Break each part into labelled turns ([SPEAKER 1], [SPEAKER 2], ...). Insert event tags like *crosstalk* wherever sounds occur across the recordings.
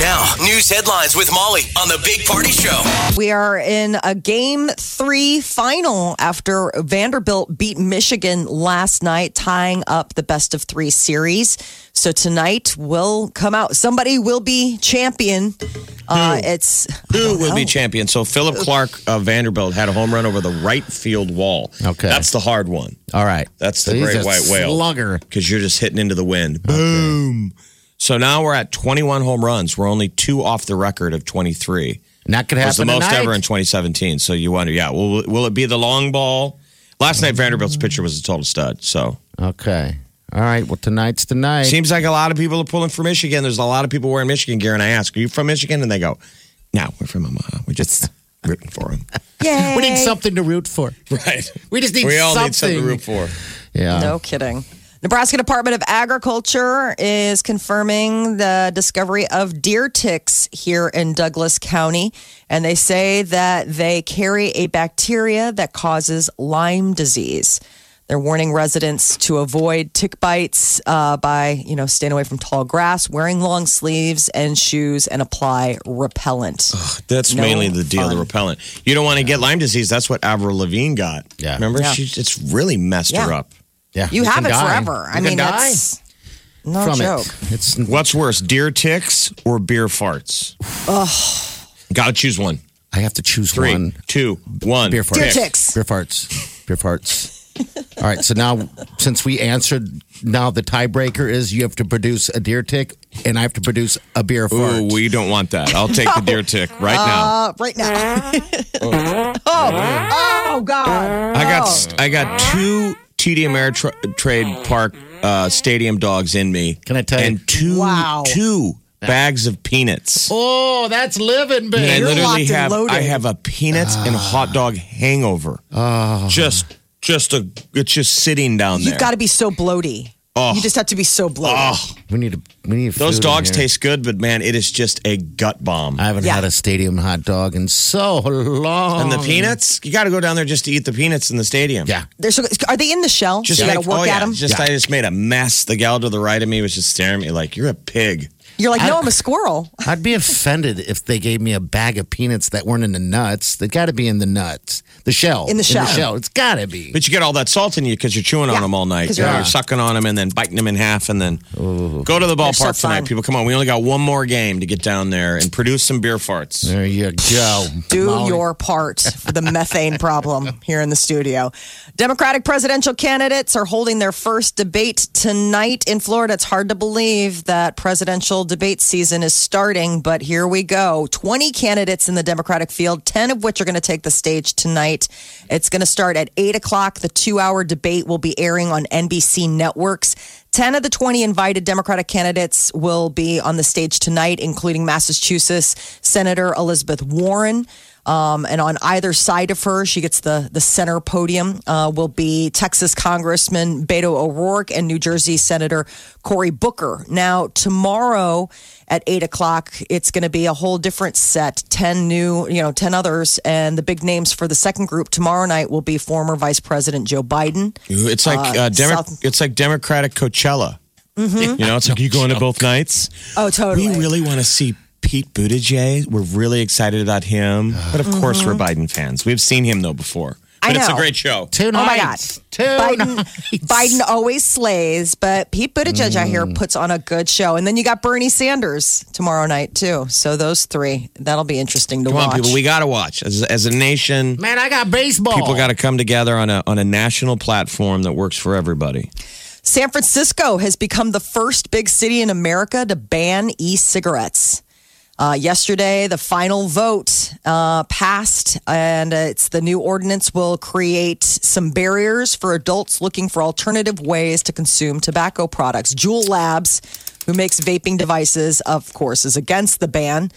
[SPEAKER 1] Now, news headlines with Molly on the Big Party Show.
[SPEAKER 2] We are in a game three final after Vanderbilt beat Michigan last night, tying up the best of three series. So tonight will come out. Somebody will be champion. Uh, it's I
[SPEAKER 3] Who
[SPEAKER 2] don't
[SPEAKER 3] will be
[SPEAKER 2] know.
[SPEAKER 3] champion? So Philip Clark of Vanderbilt had a home run over the right field wall.
[SPEAKER 4] Okay.
[SPEAKER 3] that's the hard one
[SPEAKER 4] All right.
[SPEAKER 3] That's the
[SPEAKER 4] He's
[SPEAKER 3] great
[SPEAKER 4] a
[SPEAKER 3] white whale.
[SPEAKER 4] Slugger.
[SPEAKER 3] because you're just hitting into the wind. Boom. So now we're at 21 home runs. We're only two off the record of 23.
[SPEAKER 4] And that could
[SPEAKER 3] It
[SPEAKER 4] happen
[SPEAKER 3] was the most
[SPEAKER 4] tonight.
[SPEAKER 3] ever in 2017. So you wonder, yeah, will will it be the long ball? Last night Vanderbilt's pitcher was a total stud. So
[SPEAKER 4] Okay. All right. Well, tonight's tonight.
[SPEAKER 3] seems like a lot of people are pulling for Michigan. There's a lot of people wearing Michigan gear, and I ask, "Are you from Michigan?" And they go, "No, we're from Omaha. We're just rooting for
[SPEAKER 4] *laughs*
[SPEAKER 3] him."
[SPEAKER 2] Yay.
[SPEAKER 4] we need something to root for.
[SPEAKER 3] Right.
[SPEAKER 4] We just need
[SPEAKER 3] we all need something to
[SPEAKER 4] something.
[SPEAKER 3] root for.
[SPEAKER 4] Yeah.
[SPEAKER 2] No kidding. Nebraska Department of Agriculture is confirming the discovery of deer ticks here in Douglas County. And they say that they carry a bacteria that causes Lyme disease. They're warning residents to avoid tick bites uh, by, you know, staying away from tall grass, wearing long sleeves and shoes, and apply repellent.
[SPEAKER 3] That's
[SPEAKER 2] No
[SPEAKER 3] mainly the deal, the
[SPEAKER 2] fun.
[SPEAKER 3] repellent. You don't want to get Lyme disease. That's what Avril Lavigne got.
[SPEAKER 4] Yeah.
[SPEAKER 3] Remember?
[SPEAKER 2] Yeah.
[SPEAKER 3] She, it's really messed her
[SPEAKER 2] Yeah.
[SPEAKER 3] up.
[SPEAKER 4] Yeah.
[SPEAKER 2] You, have
[SPEAKER 4] can
[SPEAKER 2] it
[SPEAKER 4] die.
[SPEAKER 2] forever. I
[SPEAKER 4] You can
[SPEAKER 2] mean,
[SPEAKER 4] die
[SPEAKER 2] that's no
[SPEAKER 4] from
[SPEAKER 2] joke.
[SPEAKER 4] it. It's
[SPEAKER 3] What's worse, deer ticks or beer farts? Oh. Gotta choose one.
[SPEAKER 4] I have to choose
[SPEAKER 3] Three,
[SPEAKER 4] one.
[SPEAKER 3] two, one.
[SPEAKER 4] Beer farts.
[SPEAKER 2] Deer ticks.
[SPEAKER 4] Beer farts. Beer farts. All right. So now, since we answered, now the tiebreaker is you have to produce a deer tick, and I have to produce a beer fart.
[SPEAKER 3] Ooh, we don't want that. I'll take the deer tick right
[SPEAKER 2] Uh, right
[SPEAKER 3] *laughs*
[SPEAKER 2] now. oh. oh, God.
[SPEAKER 3] now. I got s- I got two TD Ameritrade Park uh, stadium dogs in me.
[SPEAKER 4] Can I tell you?
[SPEAKER 3] And two
[SPEAKER 2] Wow.
[SPEAKER 3] two bags of peanuts.
[SPEAKER 4] oh, that's living,
[SPEAKER 3] And I
[SPEAKER 4] babe.
[SPEAKER 3] literally
[SPEAKER 2] locked and
[SPEAKER 3] have
[SPEAKER 2] loaded. Ah.
[SPEAKER 3] I have a peanuts and hot dog hangover. Just just a it's just sitting down there.
[SPEAKER 2] You've got to be so bloaty.
[SPEAKER 3] Oh.
[SPEAKER 2] You just have to be so bloated.
[SPEAKER 4] We need a, we need
[SPEAKER 3] Those
[SPEAKER 4] food in
[SPEAKER 3] dogs
[SPEAKER 4] here.
[SPEAKER 3] taste good, but man, it is just a gut bomb.
[SPEAKER 4] I haven't
[SPEAKER 2] Yeah.
[SPEAKER 4] had a stadium hot dog in so long.
[SPEAKER 2] Oh,
[SPEAKER 3] and the peanuts, you got to go down there just to eat the peanuts in the stadium.
[SPEAKER 4] Yeah.
[SPEAKER 2] They're so, are they in the shell?
[SPEAKER 3] Just
[SPEAKER 2] you
[SPEAKER 3] like,
[SPEAKER 2] got to work
[SPEAKER 3] oh,
[SPEAKER 2] at
[SPEAKER 3] yeah,
[SPEAKER 2] them.
[SPEAKER 3] Just
[SPEAKER 4] Yeah.
[SPEAKER 3] I just made a mess. The gal to the right of me was just staring at me like, "You're a pig."
[SPEAKER 2] You're like, no, I'm a squirrel.
[SPEAKER 4] I'd be offended if they gave me a bag of peanuts that weren't in the nuts. They got to be in the nuts, the shell,
[SPEAKER 2] In the shell.
[SPEAKER 4] It's got to be.
[SPEAKER 3] But you get all that salt in you because you're chewing on
[SPEAKER 2] Yeah,
[SPEAKER 3] them all night.
[SPEAKER 2] 'cause
[SPEAKER 3] You know,
[SPEAKER 2] you're-
[SPEAKER 3] You're sucking on them and then biting them in half, and then go to
[SPEAKER 2] They're
[SPEAKER 3] the ballpark
[SPEAKER 2] so fun.
[SPEAKER 3] tonight, people. Come on, we only got one more game to get down there and produce some beer farts.
[SPEAKER 4] There you go.
[SPEAKER 2] Do
[SPEAKER 4] Molly.
[SPEAKER 2] your part for the methane problem here in the studio. Democratic presidential candidates are holding their first debate tonight in Florida. It's hard to believe that presidential debate season is starting, but here we go. 20 candidates in the Democratic field, 10 of which are going to take the stage tonight. It's going to start at 8 o'clock. The two hour debate will be airing on NBC networks. 10 of the 20 invited Democratic candidates will be on the stage tonight, including Massachusetts Senator Elizabeth Warren. Um, and on either side of her, she gets the, the center podium, uh, will be Texas Congressman Beto O'Rourke and New Jersey Senator Cory Booker. Now, tomorrow at 8 o'clock, it's going to be a whole different set 10 new, you know, 10 others. And the big names for the second group tomorrow night will be former Vice President Joe Biden.
[SPEAKER 3] Ooh, It's like
[SPEAKER 2] Uh,
[SPEAKER 3] uh, Demo-
[SPEAKER 2] South- Mm-hmm.
[SPEAKER 3] it's like Democratic Coachella. You know, it's like you going to both nights.
[SPEAKER 2] Oh, totally.
[SPEAKER 3] We really want to see Pete Buttigieg. We're really excited about him, but of course we're Biden fans. We've seen him though before,
[SPEAKER 2] Mm-hmm. I
[SPEAKER 3] but it's a
[SPEAKER 2] know.
[SPEAKER 3] great show.
[SPEAKER 4] Two
[SPEAKER 2] Oh my God.
[SPEAKER 4] nights. Two
[SPEAKER 2] Biden,
[SPEAKER 4] nights.
[SPEAKER 2] Biden always slays, but Pete Buttigieg, I hear, puts on a good show. And then you got Bernie Sanders tomorrow night, too. So those three, that'll be interesting to
[SPEAKER 3] Come
[SPEAKER 2] watch.
[SPEAKER 3] on, people, we got to watch as, as a nation.
[SPEAKER 4] Man, I got baseball.
[SPEAKER 3] People got to come together on a on a national platform that works for everybody.
[SPEAKER 2] San Francisco has become the first big city in America to ban e cigarettes. Uh, yesterday, the final vote uh, passed, and uh, it's the new ordinance will create some barriers for adults looking for alternative ways to consume tobacco products. Juul Labs who makes vaping devices, of course, is against the ban.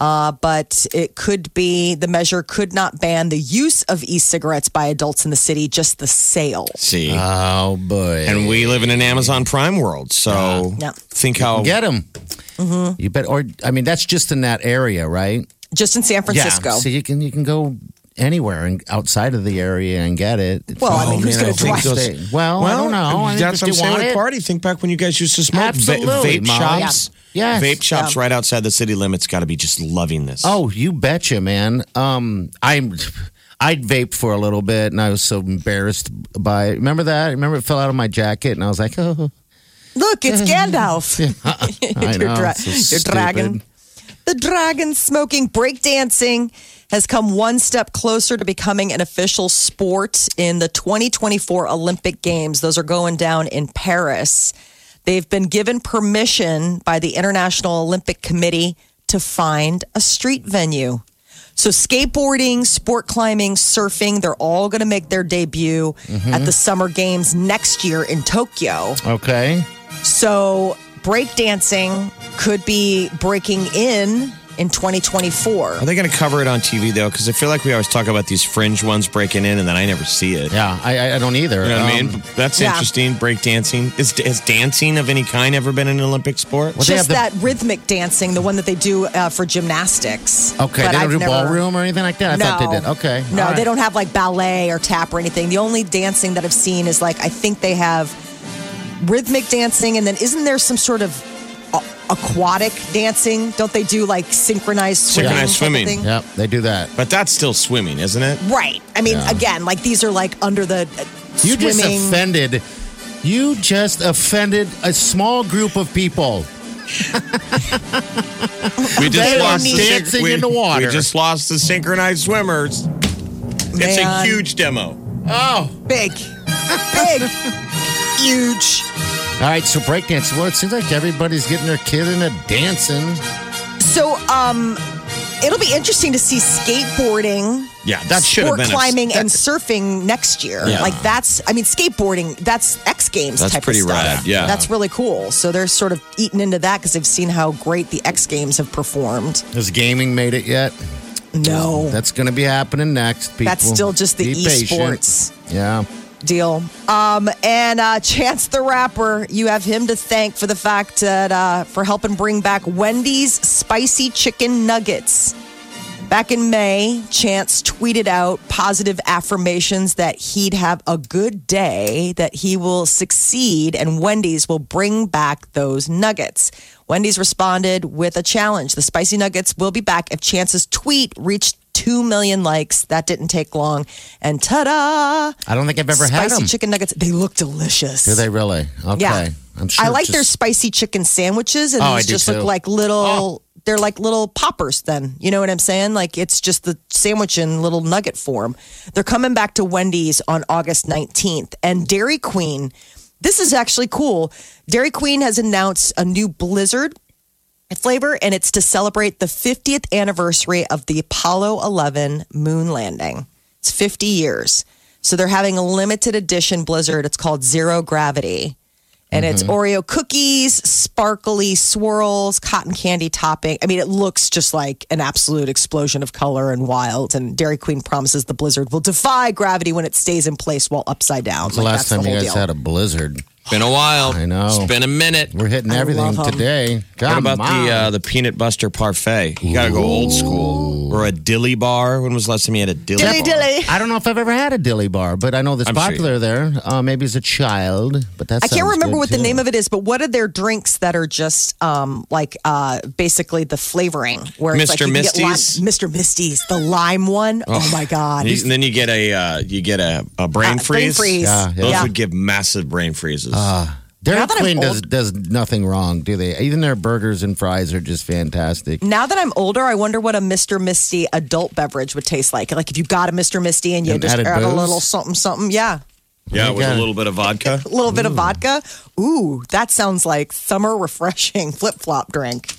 [SPEAKER 2] Uh, but it could be the measure could not ban the use of e cigarettes by adults in the city, just the sale.
[SPEAKER 3] See,
[SPEAKER 4] Oh boy!
[SPEAKER 3] Uh, and we live in an Amazon Prime world, so
[SPEAKER 2] Yeah.
[SPEAKER 3] think how
[SPEAKER 4] get them.
[SPEAKER 2] Mm-hmm.
[SPEAKER 4] You bet. Or I mean, that's just in that area, right?
[SPEAKER 2] Just in San Francisco.
[SPEAKER 4] Yeah. So you can you can go anywhere and outside of the area and get it. It's
[SPEAKER 2] Well, I
[SPEAKER 4] not-
[SPEAKER 2] mean, who's
[SPEAKER 3] man,
[SPEAKER 2] going
[SPEAKER 3] I
[SPEAKER 2] to
[SPEAKER 3] think
[SPEAKER 2] drive?
[SPEAKER 3] those-
[SPEAKER 4] Stay- well, I don't know. I
[SPEAKER 3] That's what I'm
[SPEAKER 4] think
[SPEAKER 3] saying.
[SPEAKER 4] they
[SPEAKER 3] With
[SPEAKER 4] want
[SPEAKER 3] party, think back when you guys used to smoke Va-
[SPEAKER 4] Absolutely,
[SPEAKER 3] vape
[SPEAKER 4] Molly.
[SPEAKER 3] shops.
[SPEAKER 4] Yeah. Yes.
[SPEAKER 3] Vape shops right outside the city limits. Got to be just loving this.
[SPEAKER 4] Oh, you betcha, man. Um, I'm. I vaped for a little bit, and I was so embarrassed by it. Remember that? Remember it fell out of my jacket, and I was
[SPEAKER 2] *laughs*
[SPEAKER 4] like, *laughs* "Oh,
[SPEAKER 2] Look,
[SPEAKER 4] *laughs*
[SPEAKER 2] it's Gandalf.
[SPEAKER 4] I
[SPEAKER 2] Your
[SPEAKER 4] know,
[SPEAKER 2] dra-
[SPEAKER 4] so
[SPEAKER 2] your dragon.
[SPEAKER 4] stupid.
[SPEAKER 2] The dragon smoking breakdancing has come one step closer to becoming an official sport in the 2024 Olympic Games. Those are going down in Paris. They've been given permission by the International Olympic Committee to find a street venue. So, skateboarding, sport climbing, surfing, they're all going to make their debut
[SPEAKER 4] Mm-hmm.
[SPEAKER 2] at the Summer Games next year in Tokyo.
[SPEAKER 4] Okay,
[SPEAKER 2] So breakdancing could be breaking in in 2024.
[SPEAKER 3] Are they going to cover it on TV though? Because I feel like we always talk about these fringe ones breaking in, and then I never see it.
[SPEAKER 4] yeah, I, I- I don't either.
[SPEAKER 3] You know what I
[SPEAKER 4] Um,
[SPEAKER 3] mean? That's
[SPEAKER 2] yeah.
[SPEAKER 3] interesting. Break dancing is has dancing of any kind ever been an Olympic sport?
[SPEAKER 4] Well, they
[SPEAKER 2] Just
[SPEAKER 4] have
[SPEAKER 2] that rhythmic dancing, the one that they do uh, for gymnastics.
[SPEAKER 4] Okay,
[SPEAKER 2] But
[SPEAKER 4] they don't
[SPEAKER 2] I've
[SPEAKER 4] do
[SPEAKER 2] never-
[SPEAKER 4] ballroom or anything like that. I
[SPEAKER 2] no.
[SPEAKER 4] thought they did. Okay,
[SPEAKER 2] No,
[SPEAKER 4] all right.
[SPEAKER 2] they don't have like ballet or tap or anything. The only dancing that I've seen is like, I think they have rhythmic dancing, and then isn't there some sort of a- aquatic dancing? Don't they do like synchronized swimming?
[SPEAKER 3] Synchronized
[SPEAKER 2] type of
[SPEAKER 3] swimming.
[SPEAKER 2] thing?
[SPEAKER 4] Yep, they do that.
[SPEAKER 3] But that's still swimming, isn't it?
[SPEAKER 2] Right. I mean, again, like these are like under the. uh,
[SPEAKER 4] You just
[SPEAKER 2] swimming.
[SPEAKER 4] offended. You just offended a small group of people.
[SPEAKER 3] We just
[SPEAKER 4] *laughs* They
[SPEAKER 3] lost
[SPEAKER 4] need-
[SPEAKER 3] the syn-
[SPEAKER 4] Dancing
[SPEAKER 3] we-
[SPEAKER 4] in the water.
[SPEAKER 3] We just lost the synchronized swimmers. It's a
[SPEAKER 2] Man.
[SPEAKER 3] huge demo.
[SPEAKER 4] Oh,
[SPEAKER 2] big, big, huge.
[SPEAKER 4] all right. So breakdance. Well, it seems like everybody's getting their kid into dancing.
[SPEAKER 2] So, um, it'll be interesting to see skateboarding,
[SPEAKER 3] Yeah, that should have
[SPEAKER 2] sport
[SPEAKER 3] been a-
[SPEAKER 2] climbing,
[SPEAKER 3] that-
[SPEAKER 2] and surfing next year.
[SPEAKER 3] Yeah.
[SPEAKER 2] Like that's, I mean, skateboarding. That's X Games.
[SPEAKER 3] That's
[SPEAKER 2] type
[SPEAKER 3] pretty
[SPEAKER 2] of stuff.
[SPEAKER 3] rad, yeah.
[SPEAKER 2] that's really cool. So they're sort of eating into that because they've seen how great the X Games have performed.
[SPEAKER 4] Has gaming made it yet?
[SPEAKER 2] No,
[SPEAKER 4] That's going to be happening next. People.
[SPEAKER 2] that's still just the
[SPEAKER 4] Be patient.
[SPEAKER 2] esports.
[SPEAKER 4] Yeah.
[SPEAKER 2] deal. Um, and uh, Chance the Rapper, you have him to thank for the fact that uh, for helping bring back Wendy's spicy chicken nuggets. Back in May, Chance tweeted out positive affirmations that he'd have a good day, that he will succeed, and Wendy's will bring back those nuggets. Wendy's responded with a challenge. The spicy nuggets will be back if Chance's tweet reached 2 million likes. That didn't take long. And ta da!
[SPEAKER 4] I don't think I've ever
[SPEAKER 2] spicy
[SPEAKER 4] had them.
[SPEAKER 2] chicken nuggets. They look delicious.
[SPEAKER 4] Do they really? Okay.
[SPEAKER 2] Yeah.
[SPEAKER 4] I'm sure.
[SPEAKER 2] I like their
[SPEAKER 4] just-
[SPEAKER 2] spicy chicken sandwiches, and
[SPEAKER 4] Oh, I
[SPEAKER 2] these
[SPEAKER 4] do
[SPEAKER 2] just
[SPEAKER 4] too. Oh.
[SPEAKER 2] look like little. They're like little poppers. Then you know what I'm saying? Like it's just the sandwich in little nugget form. They're coming back to Wendy's on August 19th, and Dairy Queen. This is actually cool. Dairy Queen has announced a new Blizzard flavor, and it's to celebrate the 50th anniversary of the Apollo 11 moon landing. It's 50 years. So they're having a limited edition Blizzard. It's called Zero Gravity. And it's
[SPEAKER 4] Mm-hmm.
[SPEAKER 2] Oreo cookies, sparkly swirls, cotton candy topping. I mean, it looks just like an absolute explosion of color and wild. And Dairy Queen promises the blizzard will defy gravity when it stays in place while upside down.
[SPEAKER 4] It's the
[SPEAKER 2] Like,
[SPEAKER 4] last
[SPEAKER 2] that's
[SPEAKER 4] time you
[SPEAKER 2] whole
[SPEAKER 4] guys
[SPEAKER 2] deal.
[SPEAKER 4] had a blizzard.
[SPEAKER 3] Been a while.
[SPEAKER 4] I know.
[SPEAKER 3] It's been a minute.
[SPEAKER 4] We're hitting everything
[SPEAKER 2] love 'em.
[SPEAKER 4] today.
[SPEAKER 3] What
[SPEAKER 4] Come
[SPEAKER 3] about
[SPEAKER 4] on.
[SPEAKER 3] the uh, the peanut buster parfait? You gotta go old school or a dilly bar. When was the last time you had a dilly?
[SPEAKER 2] Dilly
[SPEAKER 3] bar?
[SPEAKER 2] dilly.
[SPEAKER 4] I don't know if I've ever had a dilly bar, but I know that's
[SPEAKER 3] I'm sure
[SPEAKER 4] popular there. Uh, maybe as a child, but that's
[SPEAKER 2] I can't remember what the name of it is, but what are their drinks that are just um, like uh, basically the flavoring? Where it's like
[SPEAKER 3] Mr.
[SPEAKER 2] you can get lime-
[SPEAKER 3] Misty's?
[SPEAKER 2] Mr. Misty's, the lime one. Oh, my god!
[SPEAKER 3] And you- and then you get a uh, you get a, a
[SPEAKER 2] Uh,
[SPEAKER 3] brain freeze.
[SPEAKER 2] freeze.
[SPEAKER 4] Yeah, Uh,
[SPEAKER 3] Those
[SPEAKER 2] Yeah.
[SPEAKER 3] would give massive brain freezes.
[SPEAKER 4] Dairy
[SPEAKER 2] Now that I'm
[SPEAKER 4] Queen does,
[SPEAKER 2] old-
[SPEAKER 4] does nothing wrong, do they? Even their burgers and fries are just fantastic.
[SPEAKER 2] Now that I'm older, I wonder what a Mr. Misty adult beverage would taste like. Like if you got a Mr. Misty and you
[SPEAKER 4] And
[SPEAKER 2] just add
[SPEAKER 4] added
[SPEAKER 2] a
[SPEAKER 4] booze?
[SPEAKER 2] little something, something. Yeah,
[SPEAKER 3] yeah, with a
[SPEAKER 4] God.
[SPEAKER 3] little bit of vodka.
[SPEAKER 2] a *laughs* little bit of vodka. Ooh, that sounds like summer refreshing flip flop drink.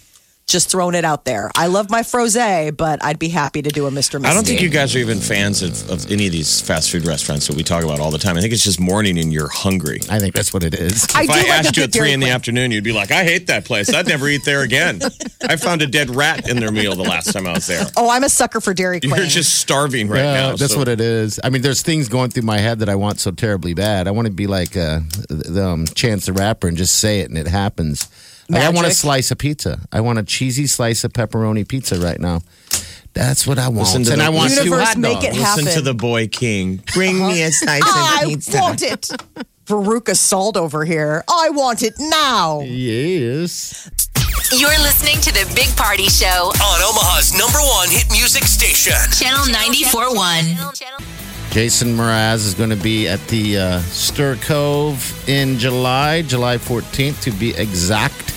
[SPEAKER 2] Just throwing it out there. I love my froze, but I'd be happy to do a Mr.
[SPEAKER 3] I don't think
[SPEAKER 2] Mistake.
[SPEAKER 3] you guys are even fans of, of any of these fast food restaurants that we talk about all the time. I think it's just morning and you're hungry.
[SPEAKER 4] I think that's what it is.
[SPEAKER 2] I
[SPEAKER 3] If
[SPEAKER 2] do
[SPEAKER 3] I,
[SPEAKER 2] like a
[SPEAKER 3] asked you
[SPEAKER 2] good
[SPEAKER 3] at three
[SPEAKER 2] Dairy
[SPEAKER 3] in the
[SPEAKER 2] Queen.
[SPEAKER 3] afternoon, you'd be like, "I hate that place. I'd never eat there
[SPEAKER 2] *laughs*
[SPEAKER 3] again." I found a dead rat in their meal the last time I was there.
[SPEAKER 2] Oh, I'm a sucker for Dairy Queen.
[SPEAKER 3] You're just starving right
[SPEAKER 4] Yeah,
[SPEAKER 3] now.
[SPEAKER 4] that's
[SPEAKER 3] so-
[SPEAKER 4] what it is. I mean, there's things going through my head that I want so terribly bad. I want to be like uh, the um, Chance the Rapper and just say it, and it happens. Like, I want a
[SPEAKER 2] Magic.
[SPEAKER 4] slice of pizza. I want a cheesy slice of pepperoni pizza right now. That's what I want.
[SPEAKER 3] Listen to
[SPEAKER 4] and
[SPEAKER 3] the-
[SPEAKER 4] I want two
[SPEAKER 2] Universe,
[SPEAKER 4] hot
[SPEAKER 2] make it
[SPEAKER 4] dogs.
[SPEAKER 3] Listen to
[SPEAKER 2] happen.
[SPEAKER 3] the boy king. Bring me a slice
[SPEAKER 2] I want it. *laughs* Veruca Salt over here. I want it now.
[SPEAKER 4] Yes.
[SPEAKER 5] You're listening to the Big Party Show,
[SPEAKER 1] On Omaha's number one hit music station.
[SPEAKER 5] Channel 94.1.
[SPEAKER 4] Jason Mraz is going to be at the uh, Stir Cove in July, July 14th to be exact.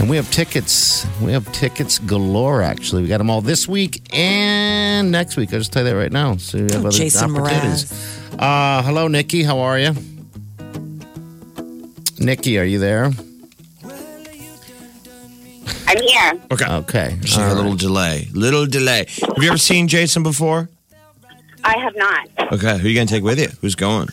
[SPEAKER 4] And we have tickets. We have tickets galore, actually. We got them all this week and next week. I'll just tell you that right now. So we have
[SPEAKER 2] Oh,
[SPEAKER 4] other
[SPEAKER 2] Jason
[SPEAKER 4] opportunities. Uh, hello, Nikki. How are you? Nikki, are you there?
[SPEAKER 6] I'm here.
[SPEAKER 3] Okay.
[SPEAKER 4] Okay.
[SPEAKER 3] She's got Uh, a little delay. Little delay. Have you ever seen Jason before?
[SPEAKER 6] I have not.
[SPEAKER 3] Okay. Who you gonna take with you? Who's going?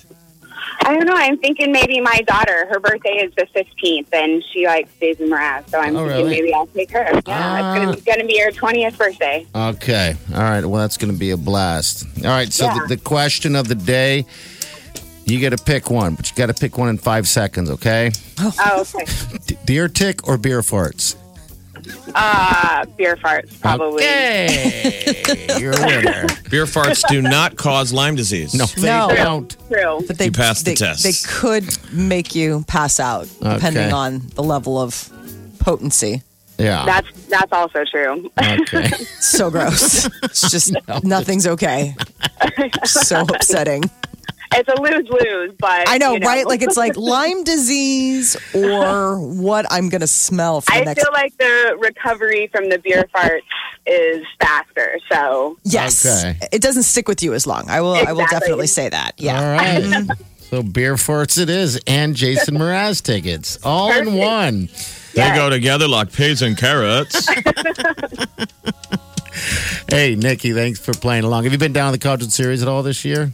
[SPEAKER 6] I don't know. I'm thinking maybe my daughter. Her birthday is the 15th, and she likes Jason Mraz, so I'm
[SPEAKER 4] Oh,
[SPEAKER 6] thinking
[SPEAKER 4] really?
[SPEAKER 6] maybe I'll take her. Yeah, it's
[SPEAKER 2] Ah.
[SPEAKER 6] gonna, be- gonna be her 20th birthday.
[SPEAKER 4] Okay. All right. Well, that's going to be a blast. All right. So
[SPEAKER 6] Yeah.
[SPEAKER 4] the, the question of the day, you got to pick one, but you got to pick one in five seconds. Okay.
[SPEAKER 6] Oh, okay.
[SPEAKER 2] *laughs*
[SPEAKER 4] D- deer tick or beer farts?
[SPEAKER 6] Uh, beer farts probably.
[SPEAKER 4] Okay. You're a winner.
[SPEAKER 3] Beer farts do not cause Lyme disease. *laughs*
[SPEAKER 4] No, they
[SPEAKER 2] No.
[SPEAKER 4] don't.
[SPEAKER 6] True.
[SPEAKER 2] But they,
[SPEAKER 3] You passed the
[SPEAKER 2] they,
[SPEAKER 3] test.
[SPEAKER 2] They could make you pass out depending
[SPEAKER 4] Okay.
[SPEAKER 2] on the level of potency.
[SPEAKER 4] Yeah.
[SPEAKER 6] That's that's also true.
[SPEAKER 4] Okay.
[SPEAKER 2] So gross. it's just nothing's okay. so upsetting.
[SPEAKER 6] It's a lose lose, but
[SPEAKER 2] I know,
[SPEAKER 6] *laughs* you
[SPEAKER 2] right? Like it's like Lyme disease or what I'm gonna smell for the
[SPEAKER 6] I
[SPEAKER 2] next.
[SPEAKER 6] feel like the recovery from the beer farts is faster. So
[SPEAKER 2] yes,
[SPEAKER 4] Okay.
[SPEAKER 2] it doesn't stick with you as long. I will. I will
[SPEAKER 6] Exactly.
[SPEAKER 2] definitely say that. Yeah.
[SPEAKER 4] All right. So beer farts it is, and Jason Mraz tickets, all in one.
[SPEAKER 3] They go together like peas and carrots.
[SPEAKER 4] Hey, Nikki, thanks for playing along. Have you been down to the College Series at all this year?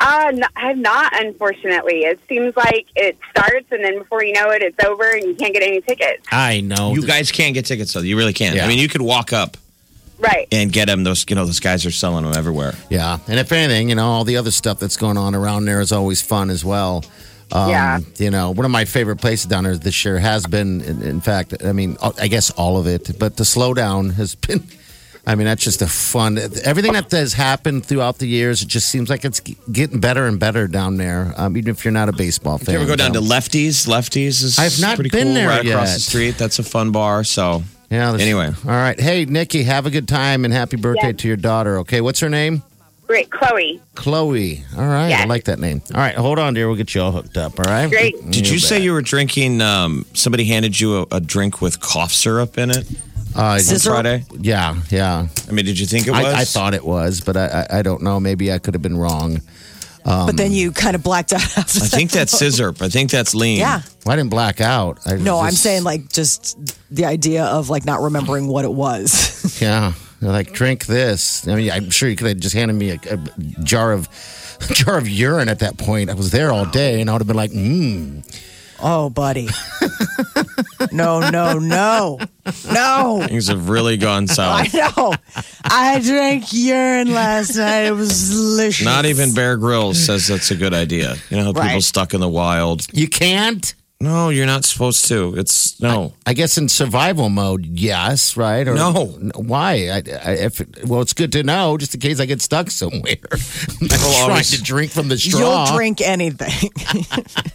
[SPEAKER 6] Uh, no, I have not, unfortunately. It seems like it starts, and then before you know it, it's over, and you can't get any tickets.
[SPEAKER 4] I know.
[SPEAKER 3] you guys can't get tickets though. You really can't.
[SPEAKER 4] Yeah.
[SPEAKER 3] I mean, you could walk up
[SPEAKER 6] Right.
[SPEAKER 3] and get them. Those you know, those guys are selling them everywhere.
[SPEAKER 4] Yeah, and if anything, you know, all the other stuff that's going on around there is always fun as well. Um,
[SPEAKER 6] Yeah.
[SPEAKER 4] You know, one of my favorite places down there this year has been, in, in fact, I mean, uh, I guess all of it, but the slowdown has *laughs* been. I mean, that's just a fun. Everything that has happened throughout the years, it just seems like it's getting better and better down there. Um, even if you're not a baseball fan,
[SPEAKER 3] You ever go down to Lefties? Lefties is
[SPEAKER 4] I've not
[SPEAKER 3] pretty
[SPEAKER 4] been
[SPEAKER 3] cool,
[SPEAKER 4] there
[SPEAKER 3] right across
[SPEAKER 4] yet.
[SPEAKER 3] the street. That's a fun bar. So
[SPEAKER 4] Yeah. there's-
[SPEAKER 3] Anyway.
[SPEAKER 4] all right. Hey, Nikki, have a good time and happy birthday
[SPEAKER 6] Yeah.
[SPEAKER 4] to your daughter. Okay, what's her name?
[SPEAKER 6] Great. Chloe.
[SPEAKER 4] Chloe. All right, I
[SPEAKER 6] Yes.
[SPEAKER 4] like that name. All right, hold on, dear. We'll get you all hooked up. All right. Mm-hmm.
[SPEAKER 6] Great.
[SPEAKER 3] Did you say
[SPEAKER 4] bet.
[SPEAKER 3] you were drinking? Um, somebody handed you a, a drink with cough syrup in it
[SPEAKER 4] Uh,
[SPEAKER 3] on
[SPEAKER 2] Scissor-
[SPEAKER 3] Friday.
[SPEAKER 4] yeah, yeah.
[SPEAKER 3] I mean, did you think it was?
[SPEAKER 4] I, I thought it was, but I, I, I don't know. Maybe I could have been wrong.
[SPEAKER 3] Um,
[SPEAKER 2] but then you kind of blacked out. *laughs* After
[SPEAKER 3] I think that's *laughs* scissor. I think that's lean.
[SPEAKER 2] Yeah.
[SPEAKER 4] Well, I didn't black out. I
[SPEAKER 2] No, I'm
[SPEAKER 4] just-
[SPEAKER 2] saying like just the idea of like not remembering what it was. *laughs*
[SPEAKER 4] yeah. They're Like drink this. I mean, I'm sure you could have just handed me a, a jar of *laughs* jar of urine at that point. I was there all day, and I would have been like, mm.
[SPEAKER 2] oh, buddy. no, no, no, no.
[SPEAKER 3] Things have really gone *laughs*
[SPEAKER 2] I
[SPEAKER 3] south.
[SPEAKER 2] know. I drank urine last night. It was delicious.
[SPEAKER 3] Not even Bear Grylls says that's a good idea. You know how people
[SPEAKER 2] Right.
[SPEAKER 3] stuck in the wild.
[SPEAKER 4] "You can't."
[SPEAKER 3] No, you're not supposed to. It's no.
[SPEAKER 4] I guess in survival mode, yes, right? Or
[SPEAKER 3] No.
[SPEAKER 4] why? I, I, if it, well, it's good to know just in case I get stuck somewhere. *laughs* I'm not
[SPEAKER 3] Well,
[SPEAKER 4] trying
[SPEAKER 3] always-
[SPEAKER 4] to drink from the straw.
[SPEAKER 2] You'll drink anything. *laughs*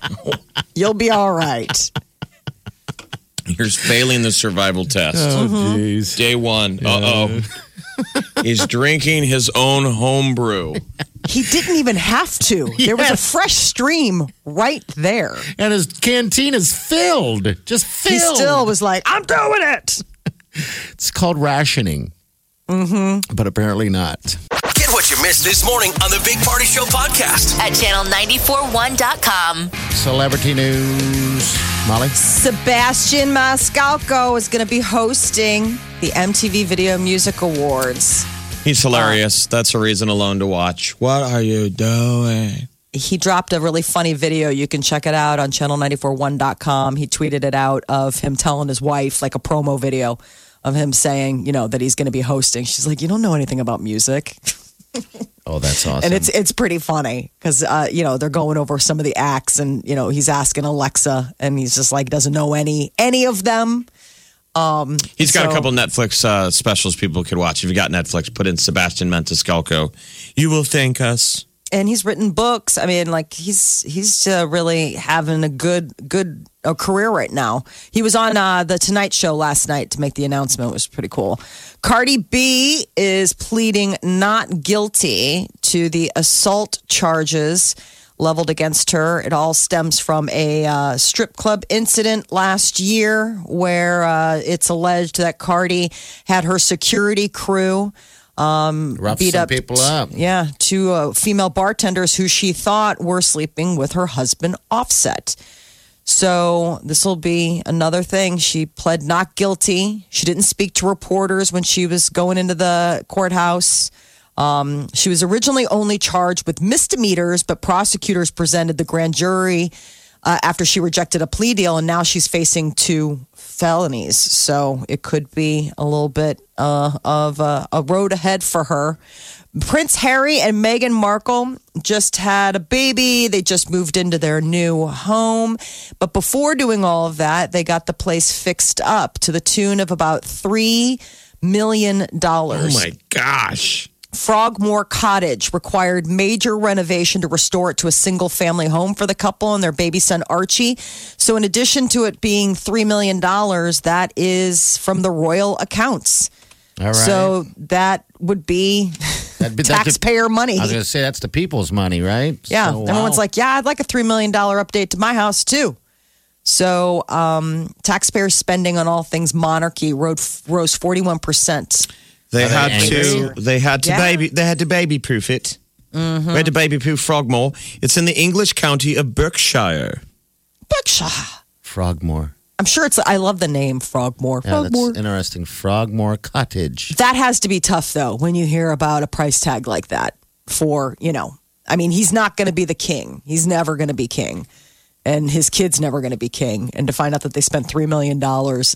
[SPEAKER 2] You'll be all right.
[SPEAKER 3] *laughs* You're failing the survival test.
[SPEAKER 2] Mm-hmm.
[SPEAKER 4] Oh, jeez.
[SPEAKER 3] Day one. Uh oh. *laughs* He's drinking his own homebrew.
[SPEAKER 2] He didn't even have to. There was a
[SPEAKER 4] Yes.
[SPEAKER 2] fresh stream right there.
[SPEAKER 4] and his canteen is filled, just
[SPEAKER 2] He
[SPEAKER 4] filled.
[SPEAKER 2] still was like, I'm doing it.
[SPEAKER 4] it's called rationing, mm-hmm. but apparently not.
[SPEAKER 1] Get what you missed this morning on the Big Party Show podcast.
[SPEAKER 5] At channel941.com.
[SPEAKER 4] Celebrity news. Molly?
[SPEAKER 2] Sebastian Mascalco is going to be hosting the MTV Video Music Awards.
[SPEAKER 3] He's hilarious. That's a reason alone to watch. What are you doing?
[SPEAKER 2] He dropped a really funny video. You can check it out on channel941.com. He tweeted it out of him telling his wife, like a promo video of him saying, you know, that he's going to be hosting. She's like, You don't know anything about music.
[SPEAKER 4] Oh, that's awesome.
[SPEAKER 2] And it's it's pretty funny because uh, you know they're going over some of the acts, and you know he's asking Alexa, and he's just like doesn't know any any of them.
[SPEAKER 3] He's got a
[SPEAKER 2] So-
[SPEAKER 3] couple Netflix uh, specials people could watch. If you got Netflix, put in Sebastian Maniscalco. You will thank us.
[SPEAKER 2] and he's written books. I mean, like he's he's uh, really having a good good uh, career right now. He was on uh, the Tonight Show last night to make the announcement, which was pretty cool. Cardi B is pleading not guilty to the assault charges leveled against her. It all stems from a uh, strip club incident last year where uh, it's alleged that Cardi had her security crew.
[SPEAKER 4] Rough
[SPEAKER 2] beat
[SPEAKER 4] some
[SPEAKER 2] up
[SPEAKER 4] people up.
[SPEAKER 2] Yeah, two uh, female bartenders who she thought were sleeping with her husband, Offset. So this will be another thing. She pled not guilty. She didn't speak to reporters when she was going into the courthouse. Um, she was originally only charged with misdemeanors, but prosecutors presented the grand jury uh, after she rejected a plea deal, and now she's facing two felonies. So it could be a little bit uh, of a, a road ahead for her. Prince Harry and Meghan Markle just had a baby. They just moved into their new home. But before doing all of that, they got the place fixed up to the tune of about $3 million.
[SPEAKER 3] Oh my gosh.
[SPEAKER 2] Frogmore Cottage required major renovation to restore it to a single family home for the couple and their baby son Archie. So, in addition to it being $3 million, that is from the royal accounts.
[SPEAKER 4] All right.
[SPEAKER 2] So, that would be
[SPEAKER 4] That'd be- that's the-
[SPEAKER 2] taxpayer money.
[SPEAKER 4] I was going to say that's the people's money, right?
[SPEAKER 2] Yeah.
[SPEAKER 4] So,
[SPEAKER 2] Everyone's
[SPEAKER 4] wow.
[SPEAKER 2] like, yeah, I'd like a $3 million update to my house too. So, um, taxpayer spending on all things monarchy rode, rose 41%.
[SPEAKER 3] They
[SPEAKER 4] Are they
[SPEAKER 3] had
[SPEAKER 4] angry?
[SPEAKER 3] to. They had to
[SPEAKER 2] Yeah.
[SPEAKER 3] baby. They had to baby proof it. We had to baby proof Frogmore. It's in the English county of Berkshire.
[SPEAKER 2] Berkshire.
[SPEAKER 4] Frogmore.
[SPEAKER 2] I'm sure it's, I love the name Frogmore.
[SPEAKER 4] Yeah, that's
[SPEAKER 2] Frogmore.
[SPEAKER 4] interesting. Frogmore Cottage.
[SPEAKER 2] That has to be tough though when you hear about a price tag like that for, you know, I mean, he's not going to be the king. He's never going to be king. And his kid's never going to be king. And to find out that they spent $3 million.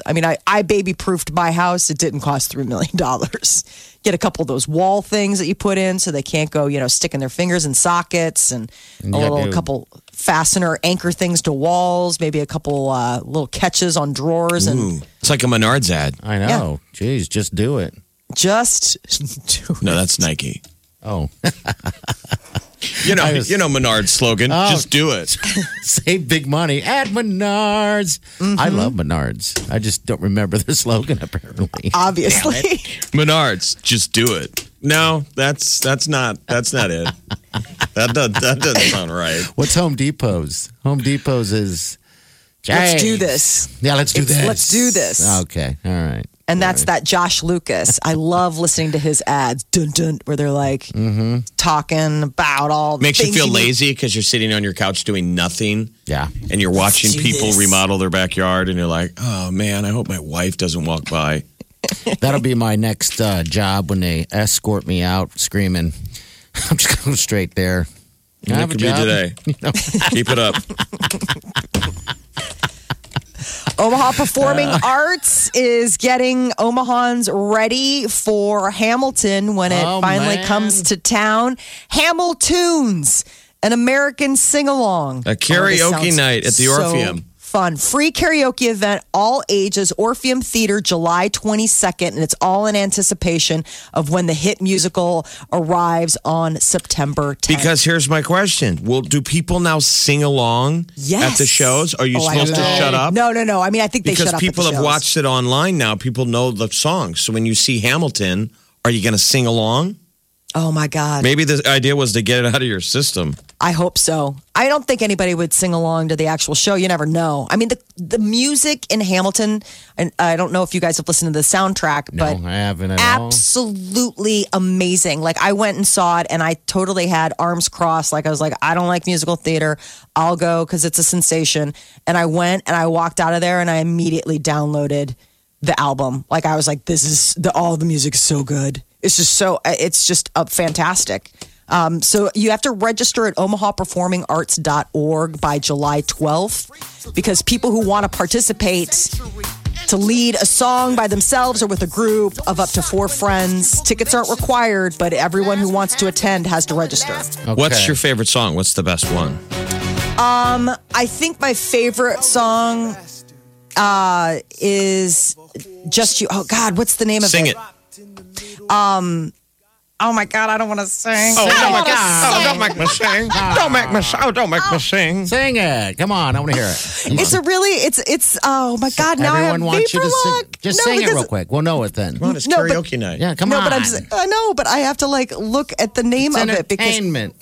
[SPEAKER 2] I mean, I, I baby proofed my house. It didn't cost $3 million. *laughs* Get a couple of those wall things that you put in so they can't go, you know, sticking their fingers in sockets and a
[SPEAKER 4] Yeah,
[SPEAKER 2] little
[SPEAKER 4] dude.
[SPEAKER 2] couple fastener anchor things to walls, maybe a couple uh, little catches on drawers and
[SPEAKER 3] Ooh, it's like a Menards ad.
[SPEAKER 4] I know. Jeez, just do it.
[SPEAKER 2] just *laughs* do
[SPEAKER 3] No, that's Nike.
[SPEAKER 4] Oh, *laughs*
[SPEAKER 3] You know,
[SPEAKER 4] I was-
[SPEAKER 3] you know Menards slogan.
[SPEAKER 4] Oh.
[SPEAKER 3] Just do it.
[SPEAKER 4] save big money at Menards. I
[SPEAKER 2] Mm-hmm.
[SPEAKER 4] love Menards. I just don't remember the *laughs* slogan apparently.
[SPEAKER 2] obviously.
[SPEAKER 3] Menards, just do it. No, that's that's not that's not it. That does, that doesn't sound right.
[SPEAKER 4] What's Home Depot's? Home Depot's is.
[SPEAKER 2] Let's do
[SPEAKER 4] Jeez.
[SPEAKER 2] this.
[SPEAKER 4] Yeah, let's do
[SPEAKER 2] It's-
[SPEAKER 4] this.
[SPEAKER 2] let's do this.
[SPEAKER 4] Okay, all right.
[SPEAKER 2] And that's that Josh Lucas. I love listening to his ads, dun, dun, where they're like talking about all the
[SPEAKER 3] Mm-hmm. Makes you
[SPEAKER 2] things
[SPEAKER 3] feel
[SPEAKER 2] need-
[SPEAKER 3] lazy because you're sitting on your couch doing nothing.
[SPEAKER 4] Yeah.
[SPEAKER 3] And you're watching
[SPEAKER 2] do
[SPEAKER 3] people
[SPEAKER 2] this.
[SPEAKER 3] remodel their backyard, and you're like, "Oh man, I hope my wife doesn't walk by."
[SPEAKER 4] That'll be my next uh, job when they escort me out screaming. *laughs* I'm just going straight there. I
[SPEAKER 3] Look
[SPEAKER 4] have a
[SPEAKER 3] at me
[SPEAKER 4] job.
[SPEAKER 3] today. Keep it up. *laughs*
[SPEAKER 2] Omaha Performing
[SPEAKER 3] Uh.
[SPEAKER 2] Arts is getting Omahans ready for Hamilton when it
[SPEAKER 4] Oh,
[SPEAKER 2] finally
[SPEAKER 4] man.
[SPEAKER 2] comes to town. Hamiltoons, an American Oh, sing along.
[SPEAKER 3] A karaoke night at the Orpheum.
[SPEAKER 2] Fun. Free karaoke event, all ages, Orpheum Theater, July 22nd. And it's all in anticipation of when the hit musical arrives on September 10th.
[SPEAKER 3] Because here's my question: Will do people now sing along
[SPEAKER 2] Yes.
[SPEAKER 3] at the shows? Are you
[SPEAKER 2] Oh, I
[SPEAKER 3] supposed to
[SPEAKER 2] don't know.
[SPEAKER 3] shut up?
[SPEAKER 2] No, no, no. I mean, I think they
[SPEAKER 3] because
[SPEAKER 2] shut up. at the
[SPEAKER 3] people have
[SPEAKER 2] shows.
[SPEAKER 3] watched it online now. People know the songs. So when you see Hamilton, are you going to sing along?
[SPEAKER 2] Oh, my God.
[SPEAKER 3] Maybe the idea was to get it out of your system.
[SPEAKER 2] I hope so. I don't think anybody would sing along to the actual show. You never know. I mean, the the music in Hamilton, and I don't know if you guys have listened to the soundtrack,
[SPEAKER 4] No,
[SPEAKER 2] but
[SPEAKER 4] I haven't at all.
[SPEAKER 2] absolutely amazing. Like I went and saw it, and I totally had arms crossed. Like I was like, I don't like musical theater. I'll go because it's a sensation. And I went and I walked out of there, and I immediately downloaded the album. Like I was like, this is the all the music is so good. It's just so it's just uh, fantastic. Um, so you have to register at omahaperformingarts.org by July 12th because people who want to participate to lead a song by themselves or with a group of up to four friends. Tickets aren't required, but everyone who wants to attend has to register.
[SPEAKER 4] Okay.
[SPEAKER 3] What's your favorite song? What's the best one?
[SPEAKER 2] I think my favorite song uh, is Just You. Oh, God, what's the name of
[SPEAKER 3] Sing
[SPEAKER 2] it?
[SPEAKER 3] it.
[SPEAKER 2] Oh, my God, I don't want to sing.
[SPEAKER 4] don't make oh,
[SPEAKER 3] don't make me sing. Don't make me. Oh, don't make me sing.
[SPEAKER 4] Sing it. Come on. I want to hear it.
[SPEAKER 2] *laughs*
[SPEAKER 4] Come
[SPEAKER 2] It's
[SPEAKER 4] on.
[SPEAKER 2] a really, it's, it's, oh, my God, now
[SPEAKER 4] Everyone
[SPEAKER 2] I have
[SPEAKER 4] wants you to sing.
[SPEAKER 2] vaporlock.
[SPEAKER 4] Just
[SPEAKER 2] No,
[SPEAKER 4] sing it
[SPEAKER 2] because-
[SPEAKER 4] real quick. We'll know it then.
[SPEAKER 3] Come on, it's
[SPEAKER 2] No, but-
[SPEAKER 3] karaoke night.
[SPEAKER 4] Yeah, come
[SPEAKER 2] no,
[SPEAKER 4] on.
[SPEAKER 2] but I'm, s- I know, but I have to like look at the name
[SPEAKER 4] it's
[SPEAKER 2] of it because
[SPEAKER 4] entertainment.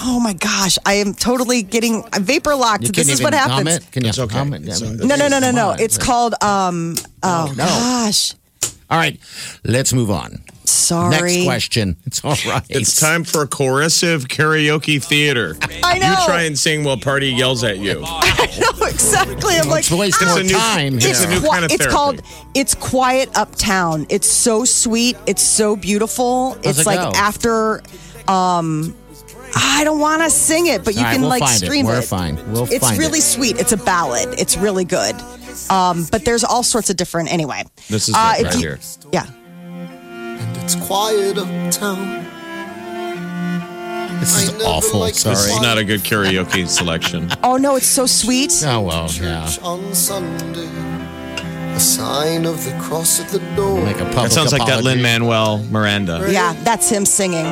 [SPEAKER 2] Oh my gosh, I am totally getting I'm vapor locked.
[SPEAKER 4] You
[SPEAKER 2] this
[SPEAKER 4] can
[SPEAKER 2] is what
[SPEAKER 4] even
[SPEAKER 2] happens.
[SPEAKER 4] Comment. Can you
[SPEAKER 3] It's okay.
[SPEAKER 4] comment?
[SPEAKER 3] It's
[SPEAKER 4] I mean,
[SPEAKER 3] okay.
[SPEAKER 2] No, no, no, no,
[SPEAKER 4] come
[SPEAKER 2] no.
[SPEAKER 4] on.
[SPEAKER 2] It's called um oh
[SPEAKER 4] no.
[SPEAKER 2] gosh.
[SPEAKER 4] All right. Let's move on.
[SPEAKER 2] Sorry. *laughs*
[SPEAKER 4] Next question. *laughs* It's all right.
[SPEAKER 7] It's time for coercive karaoke theater.
[SPEAKER 2] I know.
[SPEAKER 7] You try and sing while party yells at you.
[SPEAKER 2] No, exactly. I'm like
[SPEAKER 4] It's waste
[SPEAKER 7] It's
[SPEAKER 4] more
[SPEAKER 7] a new-
[SPEAKER 4] time.
[SPEAKER 7] it's
[SPEAKER 4] here.
[SPEAKER 7] a new
[SPEAKER 2] qui-
[SPEAKER 7] kind of
[SPEAKER 2] it's
[SPEAKER 7] therapy.
[SPEAKER 2] called it's quiet uptown. It's so sweet. It's so beautiful.
[SPEAKER 4] How's
[SPEAKER 2] it's
[SPEAKER 4] it
[SPEAKER 2] like
[SPEAKER 4] go?
[SPEAKER 2] after um I don't want to sing it, but you
[SPEAKER 4] All right,
[SPEAKER 2] can
[SPEAKER 4] we'll
[SPEAKER 2] like
[SPEAKER 4] find it.
[SPEAKER 2] stream it.
[SPEAKER 4] We're fine. We'll
[SPEAKER 2] it's
[SPEAKER 4] find
[SPEAKER 2] really
[SPEAKER 4] it.
[SPEAKER 2] sweet. It's a ballad. It's really good. Um, but there's all sorts of different. Anyway, Uh,
[SPEAKER 3] This is
[SPEAKER 2] if
[SPEAKER 3] it right
[SPEAKER 2] you-
[SPEAKER 3] here.
[SPEAKER 2] Yeah.
[SPEAKER 8] It's quiet uptown.
[SPEAKER 4] This is
[SPEAKER 8] never
[SPEAKER 4] awful.
[SPEAKER 8] liked
[SPEAKER 4] Sorry.
[SPEAKER 8] this
[SPEAKER 7] It's not a good karaoke
[SPEAKER 3] *laughs*
[SPEAKER 7] selection.
[SPEAKER 2] Oh no, it's so sweet.
[SPEAKER 4] Oh well, yeah.
[SPEAKER 8] Church on Sunday. A sign of the cross at the door.
[SPEAKER 4] Make a public
[SPEAKER 3] That sounds like that
[SPEAKER 4] apology.
[SPEAKER 3] Lin Manuel Miranda.
[SPEAKER 2] Yeah, that's him singing.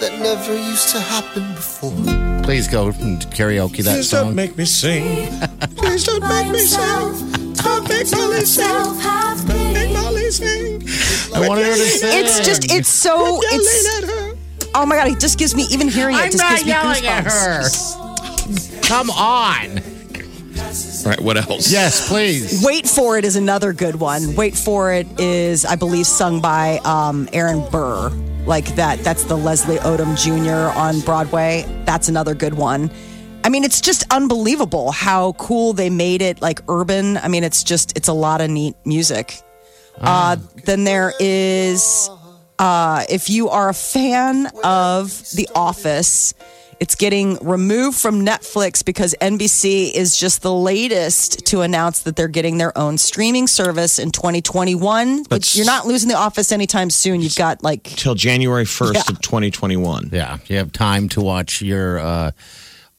[SPEAKER 8] that never used to happen before.
[SPEAKER 4] Please go and karaoke that
[SPEAKER 3] Please don't
[SPEAKER 4] song.
[SPEAKER 3] make me sing. Please don't make me sing. Don't make Molly sing. Don't make Molly sing.
[SPEAKER 4] I wanted her to sing.
[SPEAKER 2] It's just, it's so, it's, oh my God, it just gives me, even hearing it
[SPEAKER 4] I'm
[SPEAKER 2] just
[SPEAKER 4] not
[SPEAKER 2] gives me
[SPEAKER 4] yelling at
[SPEAKER 2] goosebumps.
[SPEAKER 4] her. Come on.
[SPEAKER 3] All right, what else?
[SPEAKER 4] Yes, please.
[SPEAKER 2] Wait For It is another good one. Wait For It is, I believe, sung by um, Aaron Burr. Like that, that's the Leslie Odom Jr. on Broadway. That's another good one. I mean, it's just unbelievable how cool they made it, like urban. I mean, it's just, it's a lot of neat music. Uh, then there is, uh, if you are a fan of The Office, it's getting removed from Netflix because NBC is just the latest to announce that they're getting their own streaming service in 2021. But
[SPEAKER 3] That's-
[SPEAKER 2] you're not losing The Office anytime soon. You've got like,
[SPEAKER 3] Till January 1st
[SPEAKER 2] Yeah.
[SPEAKER 3] of 2021.
[SPEAKER 4] Yeah, you have time to watch your uh,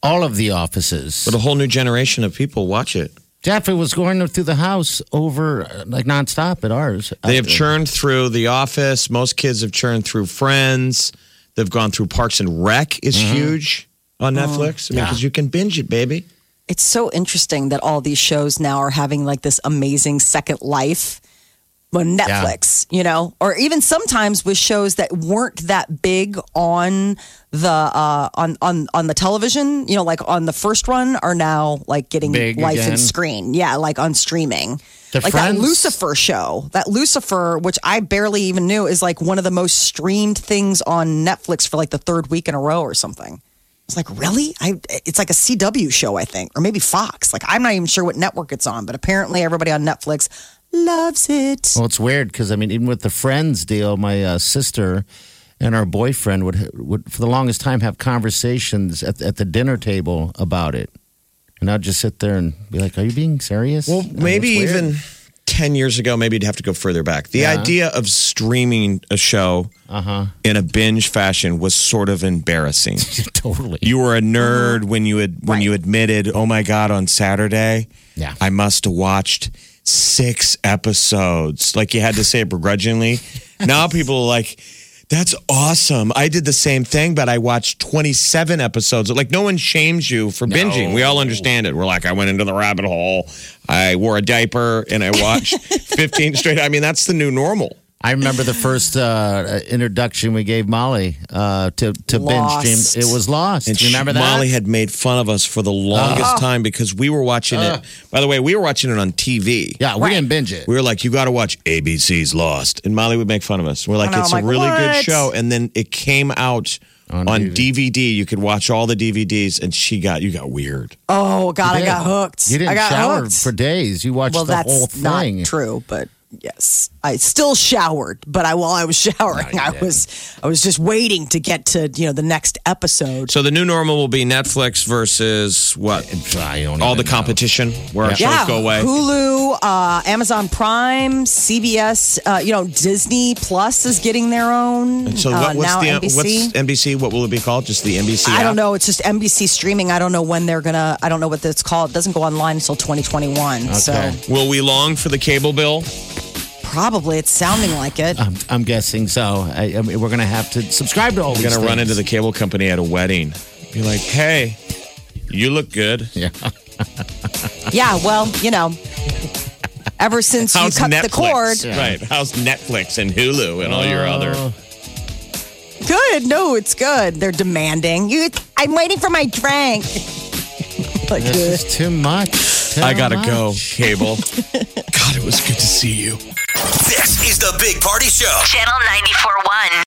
[SPEAKER 4] all of the offices.
[SPEAKER 3] But a whole new generation of people watch it.
[SPEAKER 4] Jeff, it was going through the house over uh, like nonstop at ours. Uh,
[SPEAKER 3] They have
[SPEAKER 4] After-
[SPEAKER 3] churned through The Office. Most kids have churned through Friends. They've gone through Parks and Rec is huge on Netflix. I mean, because you can binge it, baby.
[SPEAKER 2] it's so interesting that all these shows now are having like this amazing second life on Netflix, you know, or even sometimes with shows that weren't that big on the uh on on on the television, you know, like on the first run are now like getting
[SPEAKER 4] Big
[SPEAKER 2] life
[SPEAKER 4] again.
[SPEAKER 2] and screen. Yeah, like on streaming.
[SPEAKER 4] The
[SPEAKER 2] like
[SPEAKER 4] Friends-
[SPEAKER 2] that Lucifer show. That Lucifer, which I barely even knew is like one of the most streamed things on Netflix for like the third week in a row or something. It's like, really? I it's like a CW show, I think, or maybe Fox. Like I'm not even sure what network it's on, but apparently everybody on Netflix loves it.
[SPEAKER 4] Well, it's weird because I mean, even with the friends deal, my uh, sister and our boyfriend would would for the longest time have conversations at at the dinner table about it, and I'd just sit there and be like, "Are you being serious?"
[SPEAKER 3] Well,
[SPEAKER 4] I mean,
[SPEAKER 3] maybe
[SPEAKER 4] it's weird.
[SPEAKER 3] even 10 years ago, maybe you'd have to go further back. The
[SPEAKER 4] Yeah. Uh-huh.
[SPEAKER 3] idea of streaming a show in a binge fashion was sort of embarrassing.
[SPEAKER 4] *laughs* *laughs* totally.
[SPEAKER 3] you were a
[SPEAKER 4] Uh-huh.
[SPEAKER 3] nerd when you had when you admitted, "Oh my god, on Saturday,
[SPEAKER 4] Yeah.
[SPEAKER 3] I must have watched 6 episodes." Like you had to say it
[SPEAKER 4] *laughs*
[SPEAKER 3] begrudgingly. now people are like that's awesome. I did the same thing, but I watched 27 episodes. Like, no one shames you for binging. We all understand it. We're like, I went into the rabbit
[SPEAKER 4] *laughs*
[SPEAKER 3] hole. I wore a diaper and I watched 15 straight. I mean, that's the new normal.
[SPEAKER 4] I remember the first uh, introduction we gave Molly uh, to to
[SPEAKER 2] Lost.
[SPEAKER 4] binge stream. It was lost.
[SPEAKER 3] And
[SPEAKER 4] you remember
[SPEAKER 3] she-
[SPEAKER 4] that? Oh.
[SPEAKER 3] Molly had made fun of us for the longest time because we were watching it. By the way, we were watching it on TV.
[SPEAKER 4] yeah, we didn't binge it.
[SPEAKER 3] We were like, you got to watch ABC's Lost. And Molly would make fun of us. We're like,
[SPEAKER 2] know,
[SPEAKER 3] it's
[SPEAKER 2] I'm
[SPEAKER 3] a
[SPEAKER 2] like,
[SPEAKER 3] really good
[SPEAKER 2] what?
[SPEAKER 3] show. And then it came out on, DVD. You could watch all the DVDs, and she got, you got weird.
[SPEAKER 2] Oh God, I got hooked.
[SPEAKER 4] You didn't
[SPEAKER 2] I got
[SPEAKER 4] shower
[SPEAKER 2] hooked.
[SPEAKER 4] for days. You watched
[SPEAKER 2] well,
[SPEAKER 4] the
[SPEAKER 2] that's
[SPEAKER 4] whole thing.
[SPEAKER 2] not true, but yes, I still showered. But I while I was *laughs* showering, I was I was just waiting to get to you know the next episode.
[SPEAKER 3] So the new normal will be Netflix versus what?
[SPEAKER 4] I don't
[SPEAKER 3] All the
[SPEAKER 4] even know.
[SPEAKER 3] competition where our shows go away.
[SPEAKER 2] Hulu, uh, Amazon Prime, CBS, uh, you know Disney Plus is getting their own.
[SPEAKER 3] So
[SPEAKER 2] uh,
[SPEAKER 3] what, what's
[SPEAKER 2] now
[SPEAKER 3] the
[SPEAKER 2] NBC.
[SPEAKER 3] what's NBC? What will it be called? Just the NBC?
[SPEAKER 2] I
[SPEAKER 3] app?
[SPEAKER 2] don't know. It's just NBC streaming. I don't know when they're gonna. I don't know what that's called. It doesn't go online until 2021. So
[SPEAKER 3] Will we long for the cable bill?
[SPEAKER 2] probably it's sounding like
[SPEAKER 3] *laughs*
[SPEAKER 2] it.
[SPEAKER 4] I'm, I'm guessing so. I, I mean, we're going to have to subscribe to all
[SPEAKER 3] We're
[SPEAKER 4] these
[SPEAKER 3] gonna run into
[SPEAKER 4] things.
[SPEAKER 3] the cable company at a wedding. Be like, hey, you look good.
[SPEAKER 4] *laughs*
[SPEAKER 2] yeah. Well, you know, ever since you
[SPEAKER 3] How's
[SPEAKER 2] cut
[SPEAKER 3] Netflix?
[SPEAKER 2] the cord,
[SPEAKER 3] Right. How's Netflix and Hulu and all your other?
[SPEAKER 2] good. No, it's good. They're demanding. You. I'm waiting for my drink. *laughs* like,
[SPEAKER 3] *laughs*
[SPEAKER 4] This is too much. Too
[SPEAKER 3] I gotta
[SPEAKER 4] much.
[SPEAKER 3] go, cable. *laughs* God, it was good to see you.
[SPEAKER 1] This is the Big Party Show.
[SPEAKER 5] Channel 94.1.